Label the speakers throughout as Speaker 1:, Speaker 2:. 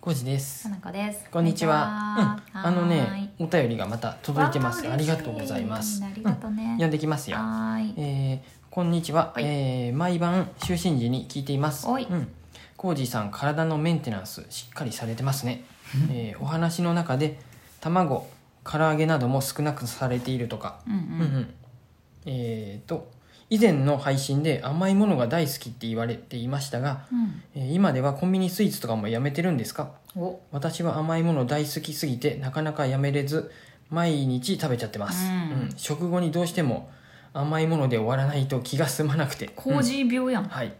Speaker 1: コージです
Speaker 2: なこです。
Speaker 1: こんにちは、うん、あの
Speaker 2: はー
Speaker 1: ね
Speaker 2: い。
Speaker 1: お便りがまた届いてます
Speaker 2: わー
Speaker 1: ありがとうございます
Speaker 2: 嬉しありがとうね。
Speaker 1: 読んできますよ
Speaker 2: はーい。
Speaker 1: えーこんにちは、
Speaker 2: はい
Speaker 1: えー毎晩就寝時に聞いています
Speaker 2: おい
Speaker 1: うん、コージさん体のメンテナンスしっかりされてますね、えーお話の中で卵唐揚げなども少なくされているとか
Speaker 2: うんう。
Speaker 1: うんうんん、えー、と以前の配信で甘いものが大好きって言われていましたが、えー今ではコンビニスイーツとかもやめてるんですか
Speaker 2: うん。お。
Speaker 1: 私は甘いもの大好きすぎてなかなかやめれず毎日食べちゃってます、
Speaker 2: うん
Speaker 1: 食後にどうしても甘いもので終わらないと気が済まなくて
Speaker 2: コージー病や
Speaker 1: うん
Speaker 2: ん。
Speaker 1: はい、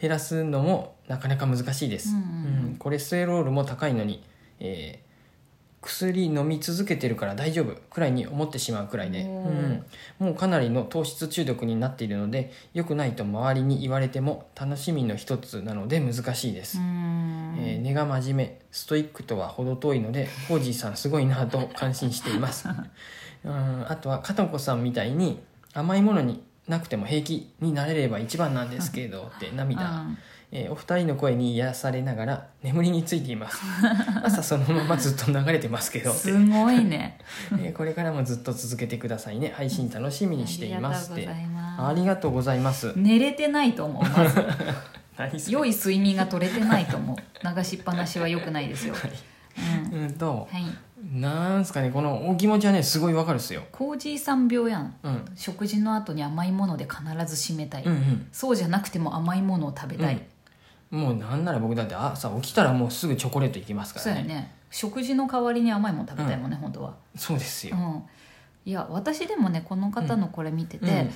Speaker 1: 減らすのもなかなか難しいです、
Speaker 2: うん
Speaker 1: うんコレステロールも高いのに、えー薬飲み続けてるから大丈夫くらいに思ってしまうくらいで、
Speaker 2: おー
Speaker 1: うんもうかなりの糖質中毒になっているので良くないと周りに言われても楽しみの一つなので難しいです
Speaker 2: う、ん。
Speaker 1: えー根が真面目ストイックとは程遠いのでコージーさんすごいなと感心しています うんあとは加藤子さんみたいに甘いものになくても平気になれれば一番なんですけどって涙、
Speaker 2: うん
Speaker 1: えーお二人の声に癒されながら眠りについてい ます朝そのままずっと流れてますけどって
Speaker 2: すごい ね。
Speaker 1: えーこれからもずっと続けてくださいね配信楽しみにしています
Speaker 2: あ
Speaker 1: っ
Speaker 2: り
Speaker 1: て
Speaker 2: がとうござい
Speaker 1: あ
Speaker 2: ま
Speaker 1: りがとうございます
Speaker 2: す。寝れてないと思う。まず
Speaker 1: 何それ
Speaker 2: 良い睡眠が取れてないと思う。 流しっぱなしは良くないですよ。うん。
Speaker 1: うんと
Speaker 2: はい。
Speaker 1: なんすかねこのお気持ちはねすごいわかるっすよ
Speaker 2: コージーさん病やん。
Speaker 1: うん
Speaker 2: 食事の後に甘いもので必ず締めたい。
Speaker 1: うんうん
Speaker 2: そうじゃなくても甘いものを食べたい。
Speaker 1: もうなんなら僕だって朝起きたらもうすぐチョコレートいきますか
Speaker 2: そう
Speaker 1: ら
Speaker 2: や
Speaker 1: ね
Speaker 2: ね食事の代わりに甘いもの食べたいもんね、本当は、
Speaker 1: そうです
Speaker 2: う
Speaker 1: よ、
Speaker 2: ん、いや私でもねこの方のこれ見てて、
Speaker 1: うん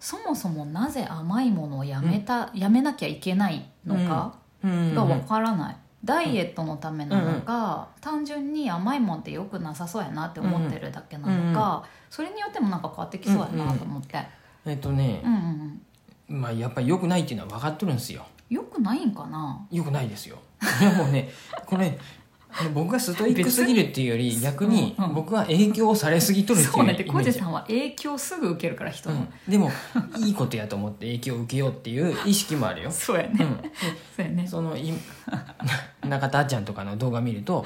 Speaker 2: そもそもなぜ甘いものをやめた、やめなきゃいけないのか
Speaker 1: うん
Speaker 2: がわからない、ダイエットのためなのか、単純に甘いもんってよくなさそうやなって思ってるだけなのか、それによってもなんか変わってきそうやなと思って、
Speaker 1: えっとね
Speaker 2: う、んうんうん
Speaker 1: まあやっぱり良くないっていうのは分かっとるんですよ
Speaker 2: よくないんかな
Speaker 1: 良くないですよ いやもうねこれあの僕がストイックすぎるっていうより逆に
Speaker 2: うんうん
Speaker 1: 僕は影響されすぎとるってい
Speaker 2: そう
Speaker 1: う
Speaker 2: ね
Speaker 1: ね
Speaker 2: って
Speaker 1: イ
Speaker 2: コ
Speaker 1: メ
Speaker 2: ー
Speaker 1: ー
Speaker 2: ジ
Speaker 1: ジ
Speaker 2: さんは影響すぐ受けるから人
Speaker 1: う
Speaker 2: の、
Speaker 1: ん、でもいいことやと思って影響を受けようっていう意識もあ るよ、
Speaker 2: そうや
Speaker 1: う
Speaker 2: ね、
Speaker 1: ん、
Speaker 2: そうやね
Speaker 1: そのい 中田あっちゃんとかの動画見ると、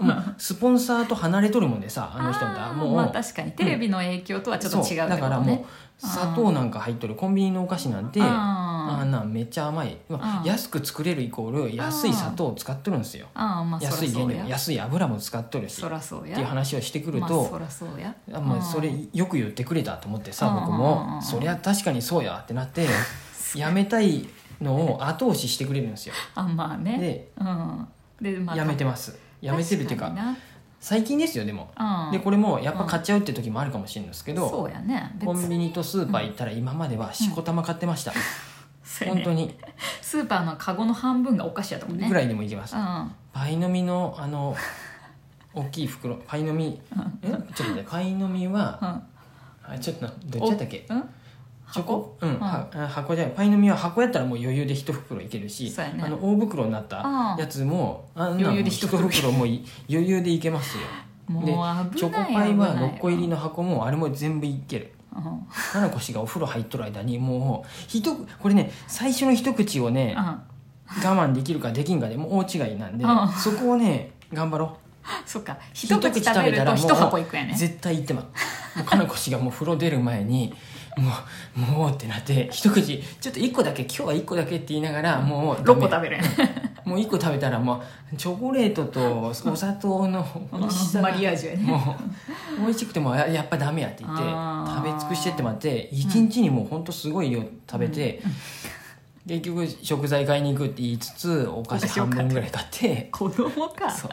Speaker 1: まあ、スポンサーと離れとるもんでさあの人だ
Speaker 2: あー
Speaker 1: もう、
Speaker 2: まあ確かにテレビの影響とはちょっと違う
Speaker 1: そうだからもう砂糖なんか入っとるコンビニのお菓子なんてあ
Speaker 2: あ
Speaker 1: んなんめっちゃ甘い、まあ
Speaker 2: うん
Speaker 1: 安く作れるイコール安い砂糖を使っとるんですよ
Speaker 2: あーまあそ
Speaker 1: 安
Speaker 2: ら
Speaker 1: い
Speaker 2: そ
Speaker 1: 原
Speaker 2: う
Speaker 1: 料
Speaker 2: や
Speaker 1: 安い油も使っとるし
Speaker 2: そ
Speaker 1: っ
Speaker 2: らそうや
Speaker 1: ていう話をしてくる
Speaker 2: まあ
Speaker 1: と
Speaker 2: そらそうや
Speaker 1: あまあそれ
Speaker 2: うん
Speaker 1: よく言ってくれたと思ってさ
Speaker 2: うん
Speaker 1: 僕
Speaker 2: うんうんう
Speaker 1: も
Speaker 2: ん
Speaker 1: そりゃ確かにそうやってなってやめたいのを後押ししてくれるんですよ
Speaker 2: あまあね
Speaker 1: で
Speaker 2: うんでまあ
Speaker 1: やめてますやめてるっていうか
Speaker 2: 確に
Speaker 1: 最近ですよでも
Speaker 2: なうん
Speaker 1: でこれもやっぱ買っちゃうって時もあるかもしれないんですけど
Speaker 2: そうやね
Speaker 1: コンビニとスーパー行ったら今まではしこたま買ってました本
Speaker 2: 本
Speaker 1: 当
Speaker 2: 当に
Speaker 1: に
Speaker 2: スーパーのカゴの半分がお菓子やと思うね
Speaker 1: ぐら
Speaker 2: い
Speaker 1: いでもいけます、
Speaker 2: うんあ
Speaker 1: パイ飲みのあの大きい袋パイ飲みえちょっと待ってパイ飲みは、あちょっとなどっちだったっけ
Speaker 2: うん
Speaker 1: チョコうん、
Speaker 2: ん
Speaker 1: はあ箱じゃないパイ飲みは箱やったらもう余裕で一袋いけるし、
Speaker 2: そうやね
Speaker 1: あの大袋になったやつもあんな
Speaker 2: 余
Speaker 1: もう
Speaker 2: 裕で
Speaker 1: 一
Speaker 2: 一袋
Speaker 1: 袋もい余裕でいけますよ
Speaker 2: もう
Speaker 1: で
Speaker 2: 危ない
Speaker 1: チョコパイは
Speaker 2: 危ない
Speaker 1: 6個入りの箱もあれも全部いける
Speaker 2: うん
Speaker 1: 花子氏がお風呂入っとる間にもうひとこれね最初の一口をね、
Speaker 2: うん
Speaker 1: 我慢できるかできんかでもう大違いなんで、
Speaker 2: うん
Speaker 1: そこをね頑張ろ
Speaker 2: そっか一
Speaker 1: 一口
Speaker 2: 口食べ
Speaker 1: 食
Speaker 2: ると
Speaker 1: べた
Speaker 2: 一
Speaker 1: らもう
Speaker 2: 箱いくや
Speaker 1: う、
Speaker 2: ね
Speaker 1: 絶対行ってまうもうかなこ氏がもう風呂出る前にもうもうってなって一口ちょっと一個だけ今日は一個だけって言いながらもう
Speaker 2: 六個食べるやね
Speaker 1: もう一個食べたらもうチョコレートとお砂糖の美味しさが
Speaker 2: マリアージュやね
Speaker 1: もう美味しくてもややっぱダメやって言って
Speaker 2: あー
Speaker 1: 食べ尽くしてってもらって一日にもうほんとすごい量食べて、結局食材買いに行くって言いつつお菓子半分ぐらい買って
Speaker 2: 子供か
Speaker 1: そう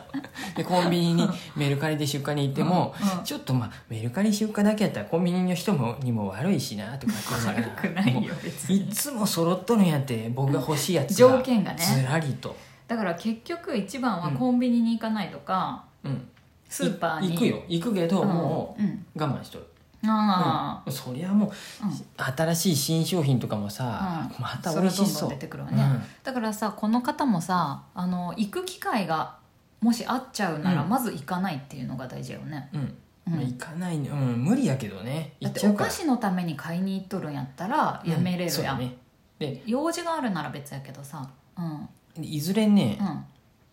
Speaker 1: でコンビニにメルカリで出荷に行っても、
Speaker 2: うんうん
Speaker 1: ちょっとまあメルカリ出荷だけやったらコンビニの人もにも悪いしなとかって
Speaker 2: 悪くないよ別に
Speaker 1: いつも揃っとるんやって僕が欲しいやつ
Speaker 2: 条件がね
Speaker 1: ずらりと、
Speaker 2: だから結局一番はコンビニに行かないとか、
Speaker 1: うん、
Speaker 2: スーパーに
Speaker 1: 行くよ行くけど、
Speaker 2: うん
Speaker 1: も
Speaker 2: うん
Speaker 1: う我慢しとる
Speaker 2: ああ、
Speaker 1: うん、そりゃもう、新しい新商品とかもさ、
Speaker 2: うん
Speaker 1: また美味しそう
Speaker 2: それどんどん出てくるわねだからさこの方もさあの行く機会がもしあっちゃうなら、
Speaker 1: うん
Speaker 2: まず行かないっていうのが大事だよね、
Speaker 1: うん、うん
Speaker 2: うん
Speaker 1: まあ行かないね、うん、無理やけどね行
Speaker 2: だっ
Speaker 1: ってちゃ
Speaker 2: お
Speaker 1: うから
Speaker 2: 菓子のために買いに行っとるんやったらやめれ
Speaker 1: そ
Speaker 2: る
Speaker 1: う
Speaker 2: や
Speaker 1: だ
Speaker 2: ん、
Speaker 1: ねで
Speaker 2: 用事があるなら別やけどさうんうん
Speaker 1: いずれね、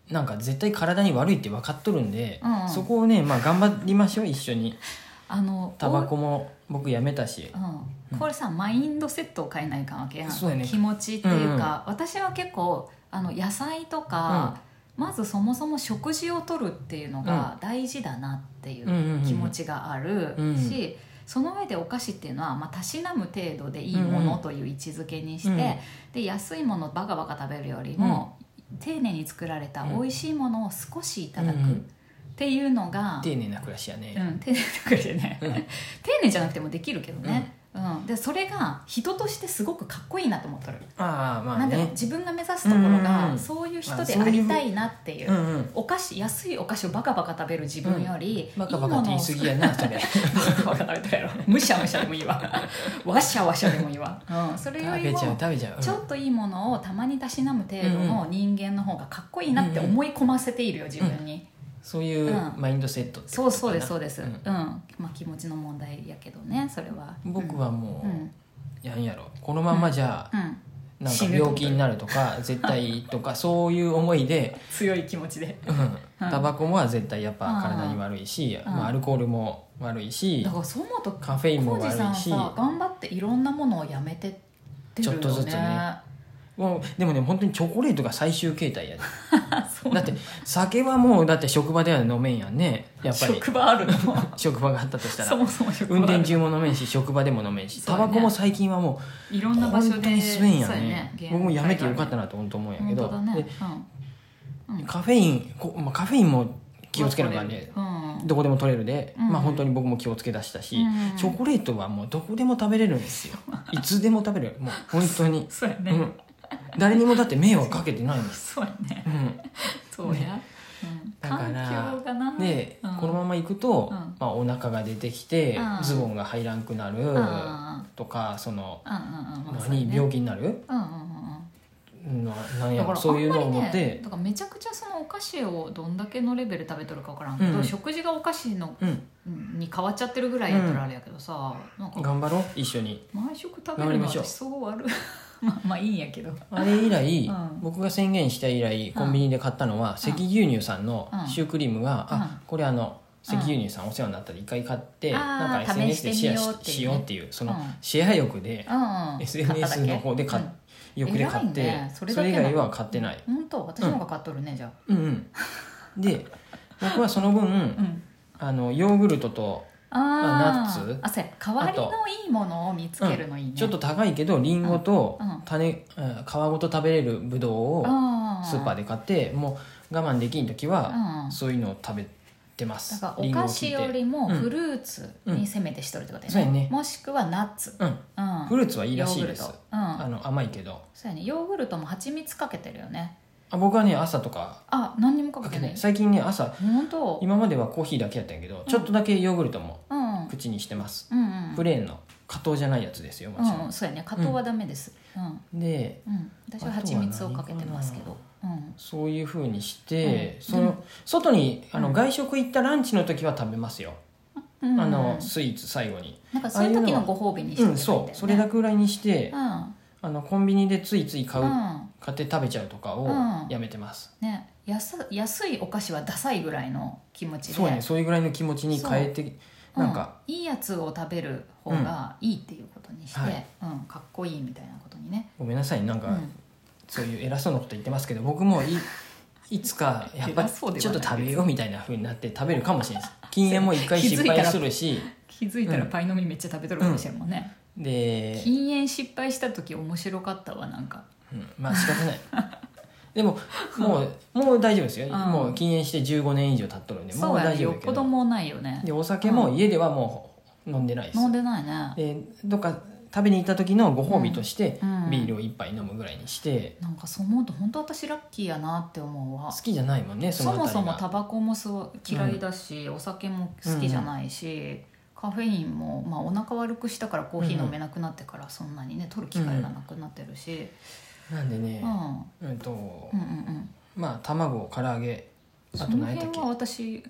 Speaker 1: なんか絶対体に悪いって分かっとるんで、
Speaker 2: うんうん
Speaker 1: そこをね、まあ、頑張りましょう一緒に
Speaker 2: あの
Speaker 1: タバコも僕やめたし
Speaker 2: うん、これさ、マインドセットを変えないかんわけやん
Speaker 1: そうやね
Speaker 2: 気持ちっていうか、私は結構あの野菜とか、まずそもそも食事をとるっていうのが大事だなってい
Speaker 1: うんうんうん
Speaker 2: う気持ちがあるし、
Speaker 1: うん
Speaker 2: その上でお菓子っていうのは、まあ、たしなむ程度でいいものという位置づけにして、
Speaker 1: うんうん
Speaker 2: で安いものバカバカ食べるよりも、丁寧に作られた美味しいものを少しいただく
Speaker 1: うんうん
Speaker 2: っていうのが、
Speaker 1: 丁寧な暮らしや
Speaker 2: う
Speaker 1: ね、
Speaker 2: ん、丁寧だからじゃない、
Speaker 1: うん
Speaker 2: 丁寧じゃなくてもできるけどね、うんでそれが人としてすごくかっこいいなと思っとる、
Speaker 1: ああま
Speaker 2: な
Speaker 1: あ
Speaker 2: んだろう
Speaker 1: ね
Speaker 2: 自分が目指すところ
Speaker 1: うんう
Speaker 2: が
Speaker 1: ん
Speaker 2: そういう人でありたいなっていう,、
Speaker 1: うんうん
Speaker 2: お菓子安いお菓子をバカバカ食べる自分より、
Speaker 1: バカバカって言い過ぎやなそれ
Speaker 2: バカバカ食べたやろ むしゃむしゃでもいいわわしゃわしゃでもいいわ、うん、それよ
Speaker 1: 食
Speaker 2: り
Speaker 1: べちゃう
Speaker 2: も
Speaker 1: 食べちゃううん
Speaker 2: ちょっといいものをたまにたしなむ程度の人間の方がかっこいいなって思い込ませているよ自分に、
Speaker 1: そういううんマインドセットって
Speaker 2: そうそうですそうです、
Speaker 1: う
Speaker 2: うんんまあ、気持ちの問題やけどねそれは
Speaker 1: 僕はも
Speaker 2: う、
Speaker 1: うん
Speaker 2: うん
Speaker 1: やんやろこのまんまじゃ
Speaker 2: うん、
Speaker 1: なんか
Speaker 2: 死ぬってこ
Speaker 1: 病
Speaker 2: と
Speaker 1: 気になるとか絶対と かそういう思いで
Speaker 2: 強い気持ちで
Speaker 1: うんタバコもは絶対やっぱ体に悪いし
Speaker 2: うん
Speaker 1: まあアルコールも悪いし
Speaker 2: だからそう思うと
Speaker 1: カフェインも
Speaker 2: 浩
Speaker 1: 悪い
Speaker 2: 二
Speaker 1: し
Speaker 2: さんさ頑張っていろんなものをやめてってるよ、ね、
Speaker 1: ちょっとずつねもうでもね本当にチョコレートが最終形態やで
Speaker 2: そう
Speaker 1: だって酒はもうだって職場では飲めんやんねやっぱり
Speaker 2: 職場 あるの
Speaker 1: 職場があったとした
Speaker 2: そ
Speaker 1: ら
Speaker 2: もそも職場あ
Speaker 1: 運
Speaker 2: る
Speaker 1: 転中も飲めんし職場でも飲めんし
Speaker 2: そう
Speaker 1: タ
Speaker 2: やね
Speaker 1: バコも最近はも
Speaker 2: いうろんな場所
Speaker 1: 本
Speaker 2: で
Speaker 1: 当に吸えんや
Speaker 2: そう
Speaker 1: ね僕もやめてよかったなと本当思うんやけ
Speaker 2: 本当
Speaker 1: ど
Speaker 2: だね
Speaker 1: でカフェインこ、まあ、カフェインも気をつけなきゃね
Speaker 2: うんうん
Speaker 1: どこでも取れるで、
Speaker 2: うん
Speaker 1: まあ本当に僕も気をつけ出したし、
Speaker 2: うん
Speaker 1: チョコレートはもうどこでも食べれるんです よいつでも食べれるもう本当に、
Speaker 2: そうや
Speaker 1: う
Speaker 2: ね、
Speaker 1: ん、誰にもだって迷惑かけてないんです、
Speaker 2: そうやね
Speaker 1: うん、
Speaker 2: そうや、うん、
Speaker 1: だから
Speaker 2: 環境がな
Speaker 1: で、
Speaker 2: うん
Speaker 1: このまま行くと、
Speaker 2: うん
Speaker 1: まあ、お腹が出てきて、
Speaker 2: うん
Speaker 1: ズボンが入らんくなる、
Speaker 2: うんうんうん
Speaker 1: とかその
Speaker 2: うんうんうんまあそうや
Speaker 1: 何
Speaker 2: ね
Speaker 1: 病気になる、
Speaker 2: うんうんうんうん
Speaker 1: ななんや
Speaker 2: だか
Speaker 1: ろ
Speaker 2: ら
Speaker 1: そういうのを
Speaker 2: あんま
Speaker 1: 思
Speaker 2: り
Speaker 1: って、
Speaker 2: ね、だからめちゃくちゃそのお菓子をどんだけのレベル食べとるか分からんけど、
Speaker 1: うん
Speaker 2: 食事がお菓子の
Speaker 1: うん、
Speaker 2: うんに変わっちゃってるぐらいやったらあれやけどさ、なんか
Speaker 1: 頑張ろう一緒に
Speaker 2: 毎食食
Speaker 1: 頑張
Speaker 2: べ
Speaker 1: り
Speaker 2: る
Speaker 1: ま
Speaker 2: の
Speaker 1: しょう
Speaker 2: 私そう悪い まあまあいいんやけ ど
Speaker 1: あれ以来、
Speaker 2: うん
Speaker 1: 僕が宣言した以来コンビニで買ったのは、赤牛乳さんの
Speaker 2: うん
Speaker 1: シュークリームが、
Speaker 2: うん
Speaker 1: あこれあの赤牛乳さんお世話になったで一回買って、
Speaker 2: あー
Speaker 1: なんか SNS でシェアし
Speaker 2: 試して
Speaker 1: し
Speaker 2: みよ
Speaker 1: よう
Speaker 2: う
Speaker 1: っ
Speaker 2: って
Speaker 1: いうその
Speaker 2: うん
Speaker 1: シェア欲で、
Speaker 2: うんうん
Speaker 1: SNS の方で買っ
Speaker 2: うん
Speaker 1: 欲で買って、
Speaker 2: 偉いね
Speaker 1: そ
Speaker 2: そ
Speaker 1: れ
Speaker 2: れだけ
Speaker 1: 以
Speaker 2: な
Speaker 1: 外は買ってない、
Speaker 2: 本当私の方が買っとるね、じゃ
Speaker 1: うんうん、で僕はその分、
Speaker 2: あ、うん、
Speaker 1: あのヨーグルトとナ
Speaker 2: あ
Speaker 1: ッツ
Speaker 2: あそうや代わりのいいものを見つけるのいいね、
Speaker 1: ちょっと高いけどリンゴと
Speaker 2: うんうん
Speaker 1: 種、うん皮ごと食べれるぶどうをスーパー
Speaker 2: で
Speaker 1: で買ってもう我慢できん時は
Speaker 2: うん
Speaker 1: そういうのを食べてま
Speaker 2: だ
Speaker 1: す
Speaker 2: から
Speaker 1: リン
Speaker 2: お
Speaker 1: ゴを
Speaker 2: 菓
Speaker 1: 切
Speaker 2: 子
Speaker 1: って
Speaker 2: よりもフルーツにせめてしとるってことや
Speaker 1: うんそうやね
Speaker 2: もしくはナッツ、
Speaker 1: うん
Speaker 2: うん、
Speaker 1: フルーツはいいらしいです
Speaker 2: ヨーグルトうん
Speaker 1: あの甘いけど
Speaker 2: そうやねヨーグルトも蜂蜜かけてるよね
Speaker 1: あ僕はね朝とか
Speaker 2: あ何にもか
Speaker 1: か
Speaker 2: け
Speaker 1: け
Speaker 2: て
Speaker 1: な
Speaker 2: ないい
Speaker 1: 最近ね朝
Speaker 2: 本当
Speaker 1: 今まではコーヒーだけやったんやけどちょっとだけヨーグルトも
Speaker 2: うんうん
Speaker 1: 口にしてます
Speaker 2: うん
Speaker 1: プレーンの加糖じゃないやつですよも
Speaker 2: う
Speaker 1: ち
Speaker 2: ん
Speaker 1: ろ
Speaker 2: うんそうやね加糖はダメですうん
Speaker 1: んで
Speaker 2: うん私は蜂蜜をかけてますけどうん
Speaker 1: そういうふうにして
Speaker 2: うん
Speaker 1: その外にあ
Speaker 2: う
Speaker 1: の
Speaker 2: ん
Speaker 1: 外食行ったランチの時は食べますよ
Speaker 2: うん
Speaker 1: あのスイーツ最後に
Speaker 2: なんかそういう時のご褒美にして
Speaker 1: う
Speaker 2: おけばいいんだよ
Speaker 1: んそ
Speaker 2: ね
Speaker 1: うそれだけぐらいにして
Speaker 2: うん
Speaker 1: あのコンビニでついつい買う
Speaker 2: うん
Speaker 1: 買って食べちゃうとかを
Speaker 2: うん
Speaker 1: やめてます、
Speaker 2: ね安安いお菓子はダサいぐらいの気持ちで
Speaker 1: そうねそういうぐらいの気持ちに変えて
Speaker 2: うん
Speaker 1: なんか、
Speaker 2: いいやつを食べる方がいいっていうことにして
Speaker 1: うんはい
Speaker 2: うんかっこいいみたいなことにね
Speaker 1: ごめんなさいなんか、
Speaker 2: うん
Speaker 1: そういう偉そうなこと言ってますけど僕もいいつかやっぱ
Speaker 2: 偉
Speaker 1: り
Speaker 2: そうで
Speaker 1: ち
Speaker 2: は
Speaker 1: ょっ
Speaker 2: ない
Speaker 1: と食べようみたいなふうになって食べるかもしれ ないです禁煙も一回
Speaker 2: 気づい
Speaker 1: 失
Speaker 2: たら
Speaker 1: 敗するし
Speaker 2: 気づいたらパイの実めっちゃ食べとるかもしれんもんね
Speaker 1: で、
Speaker 2: 禁煙失敗した時面白かったわなんか
Speaker 1: うんまあ仕方ない でももうもう大丈夫ですよ、
Speaker 2: ん
Speaker 1: もう禁煙して15年以上経っとるんでも
Speaker 2: そううや
Speaker 1: 大
Speaker 2: ね
Speaker 1: 丈夫
Speaker 2: よ
Speaker 1: や
Speaker 2: っ
Speaker 1: け
Speaker 2: ぽ
Speaker 1: ど
Speaker 2: どもうないよね
Speaker 1: でお酒も家ではもう飲んでないです、
Speaker 2: 飲んでないね
Speaker 1: でどっか食べに行った時のご褒美として、
Speaker 2: うんうん
Speaker 1: ビールを一杯飲むぐらいにして、
Speaker 2: なんかそう思うと本当私ラッキーやなって思うわ
Speaker 1: 好きじゃないもんねそ
Speaker 2: そ
Speaker 1: の
Speaker 2: もそも
Speaker 1: た
Speaker 2: タバコもそう嫌いだし、お酒も好きじゃないし、カフェインも、まあ、お腹悪くしたからコーヒー飲めなくなってからそんなにね取る機会がなくなってるし、
Speaker 1: なんで
Speaker 2: う
Speaker 1: ね
Speaker 2: ん、う、ん
Speaker 1: うんと
Speaker 2: うんうん
Speaker 1: まあ卵唐揚げあ
Speaker 2: そ
Speaker 1: と
Speaker 2: の
Speaker 1: 何やったっ
Speaker 2: 辺
Speaker 1: け
Speaker 2: は、私、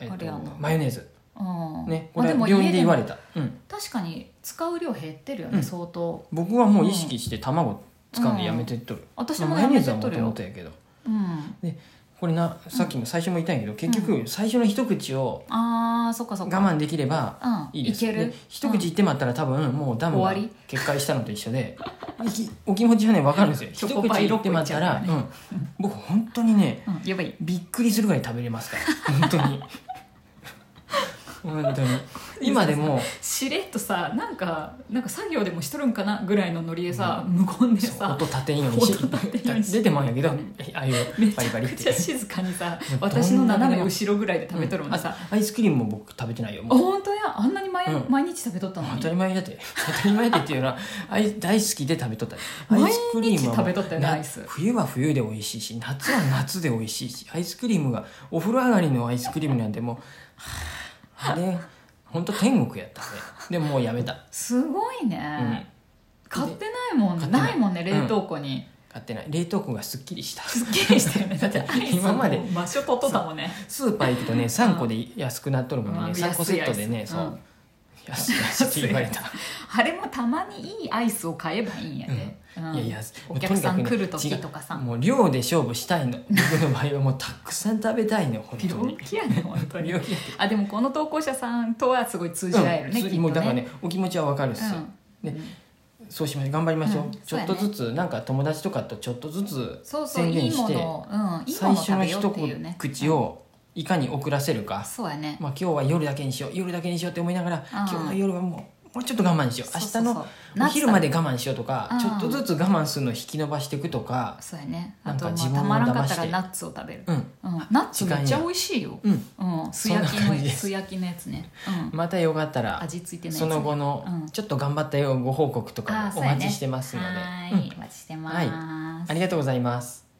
Speaker 1: えっ
Speaker 2: あれや
Speaker 1: と
Speaker 2: な
Speaker 1: マヨネーズ
Speaker 2: うん
Speaker 1: ねこ
Speaker 2: まあ、
Speaker 1: れ
Speaker 2: でも
Speaker 1: は
Speaker 2: 家
Speaker 1: 病
Speaker 2: で
Speaker 1: 院で言われ
Speaker 2: も
Speaker 1: た、うん、
Speaker 2: 確かに使う量減ってるよね、
Speaker 1: うん
Speaker 2: 相当
Speaker 1: 僕はもう意識して卵使うんでやめてっとる、
Speaker 2: 私
Speaker 1: まあ
Speaker 2: も
Speaker 1: マヨ
Speaker 2: や
Speaker 1: ネ
Speaker 2: め
Speaker 1: ーズ
Speaker 2: て
Speaker 1: は
Speaker 2: っ
Speaker 1: も
Speaker 2: と
Speaker 1: と
Speaker 2: る
Speaker 1: も
Speaker 2: よ
Speaker 1: とやけど
Speaker 2: うん
Speaker 1: でこれなさっきも最初も言ったんやけど、結局最初の一口を
Speaker 2: あーそっかそっか
Speaker 1: 我慢できれば
Speaker 2: うん
Speaker 1: いいです、
Speaker 2: ける
Speaker 1: で一口いってまったら多分もうダムが
Speaker 2: 終わり
Speaker 1: 決壊したのと一緒でいきお気持ちはね分かるんですよ
Speaker 2: チ
Speaker 1: 一
Speaker 2: ョコパ
Speaker 1: 口
Speaker 2: イ
Speaker 1: いってまったら、
Speaker 2: 六
Speaker 1: うん、僕本当にね
Speaker 2: うんやばい
Speaker 1: びっくりするぐらい食べれますから本当に本当に今でも
Speaker 2: しれっとさなんかなんか作業でもしとるんかなぐらいのノリでさ、無言で
Speaker 1: そう
Speaker 2: さ
Speaker 1: 音立てんようにし
Speaker 2: 音立てんようにし
Speaker 1: 出てまうんやけどああいう
Speaker 2: め
Speaker 1: バリバリっ
Speaker 2: ちゃくち
Speaker 1: て
Speaker 2: ゃ静かにさ
Speaker 1: もうどんな
Speaker 2: 私の斜め後ろぐらいで食べとるもんさ、
Speaker 1: アイスクリームも僕食べてないよもう
Speaker 2: 本当やあんなに毎,、
Speaker 1: うん
Speaker 2: 毎日食べとったの
Speaker 1: 当
Speaker 2: に
Speaker 1: たり前だって当たり前だってっていうのはアイ大好きで食べとったアイスクリームは
Speaker 2: 毎日食べとったよね
Speaker 1: な
Speaker 2: アイス
Speaker 1: 冬は冬で美味しいし夏は夏で美味しいしアイスクリームがお風呂上がりのアイスクリームなんてもうはああれ本当天国やったねでももうやめた、
Speaker 2: すごい
Speaker 1: うん
Speaker 2: ね、、買ってないもん
Speaker 1: 買
Speaker 2: ね
Speaker 1: ってない
Speaker 2: ないもんね冷凍庫に、
Speaker 1: 買ってない冷凍庫がすっきりした
Speaker 2: すっきりした よねだってアイス
Speaker 1: 今まで
Speaker 2: もう場所取っとったもんね
Speaker 1: スーパー行くとね3個で安くなっとるもんね、
Speaker 2: うん
Speaker 1: 3個セットでね
Speaker 2: 安い安い
Speaker 1: そう、
Speaker 2: うん
Speaker 1: 安い安いって言われた
Speaker 2: あれもたまにいいアイスを買えばいいんやで、うん
Speaker 1: いやいや
Speaker 2: お客さん
Speaker 1: もう
Speaker 2: 来
Speaker 1: に
Speaker 2: る
Speaker 1: かくね
Speaker 2: 時とかさ
Speaker 1: 違うもう量で勝負したいの僕の場合はもうたくさん食べたいの本当
Speaker 2: 病
Speaker 1: に
Speaker 2: 気やね本当に
Speaker 1: 病気
Speaker 2: あでもこの投稿者さんとはすごい通じ合えるね、
Speaker 1: うん
Speaker 2: きっとね
Speaker 1: もうだからねお気持ちはわかるっすよ、
Speaker 2: うん
Speaker 1: ねそうしましょう頑張りましょう、
Speaker 2: うん
Speaker 1: ちょっとずつ、なんか友達とかとちょっとずつ
Speaker 2: そうそう
Speaker 1: 宣
Speaker 2: い
Speaker 1: 言
Speaker 2: い
Speaker 1: し
Speaker 2: も
Speaker 1: て
Speaker 2: のを、うん、いい
Speaker 1: 最
Speaker 2: ものを
Speaker 1: 初
Speaker 2: 食
Speaker 1: の一
Speaker 2: べようっていうね
Speaker 1: 口、をいかに遅らせる
Speaker 2: うん
Speaker 1: か、
Speaker 2: そうやね、
Speaker 1: まあ、今日は夜だけにしよう夜だけにしようって思いながら、今日の夜はもうもうちょっと我慢しよう
Speaker 2: そ
Speaker 1: 明
Speaker 2: う
Speaker 1: 日
Speaker 2: そうそう
Speaker 1: のお昼まで我慢しようとか
Speaker 2: うん
Speaker 1: ちょっとずつ我慢するのを引き伸ばしていくとか
Speaker 2: そうやね
Speaker 1: な
Speaker 2: あ
Speaker 1: ん
Speaker 2: と
Speaker 1: か
Speaker 2: まあ
Speaker 1: 自分を
Speaker 2: たまらんかっ
Speaker 1: 騙
Speaker 2: たら
Speaker 1: して
Speaker 2: ナッツを食べる、
Speaker 1: うん
Speaker 2: うんナッツめ
Speaker 1: 時
Speaker 2: っち
Speaker 1: 間
Speaker 2: ゃ
Speaker 1: や
Speaker 2: 美味しいよ、
Speaker 1: うん
Speaker 2: うん、素焼き
Speaker 1: そんな
Speaker 2: の
Speaker 1: 感じです
Speaker 2: 素焼きのやつね、うん、
Speaker 1: またよかったら
Speaker 2: 味付いてないやつ、ね、
Speaker 1: その後の
Speaker 2: うん
Speaker 1: ちょっと頑張ったよご報告とか
Speaker 2: あ
Speaker 1: も
Speaker 2: そ
Speaker 1: お
Speaker 2: うやね
Speaker 1: 待ちしてますので、
Speaker 2: は
Speaker 1: う
Speaker 2: ーい
Speaker 1: ん
Speaker 2: お待ちしてます、
Speaker 1: はいありがとうございます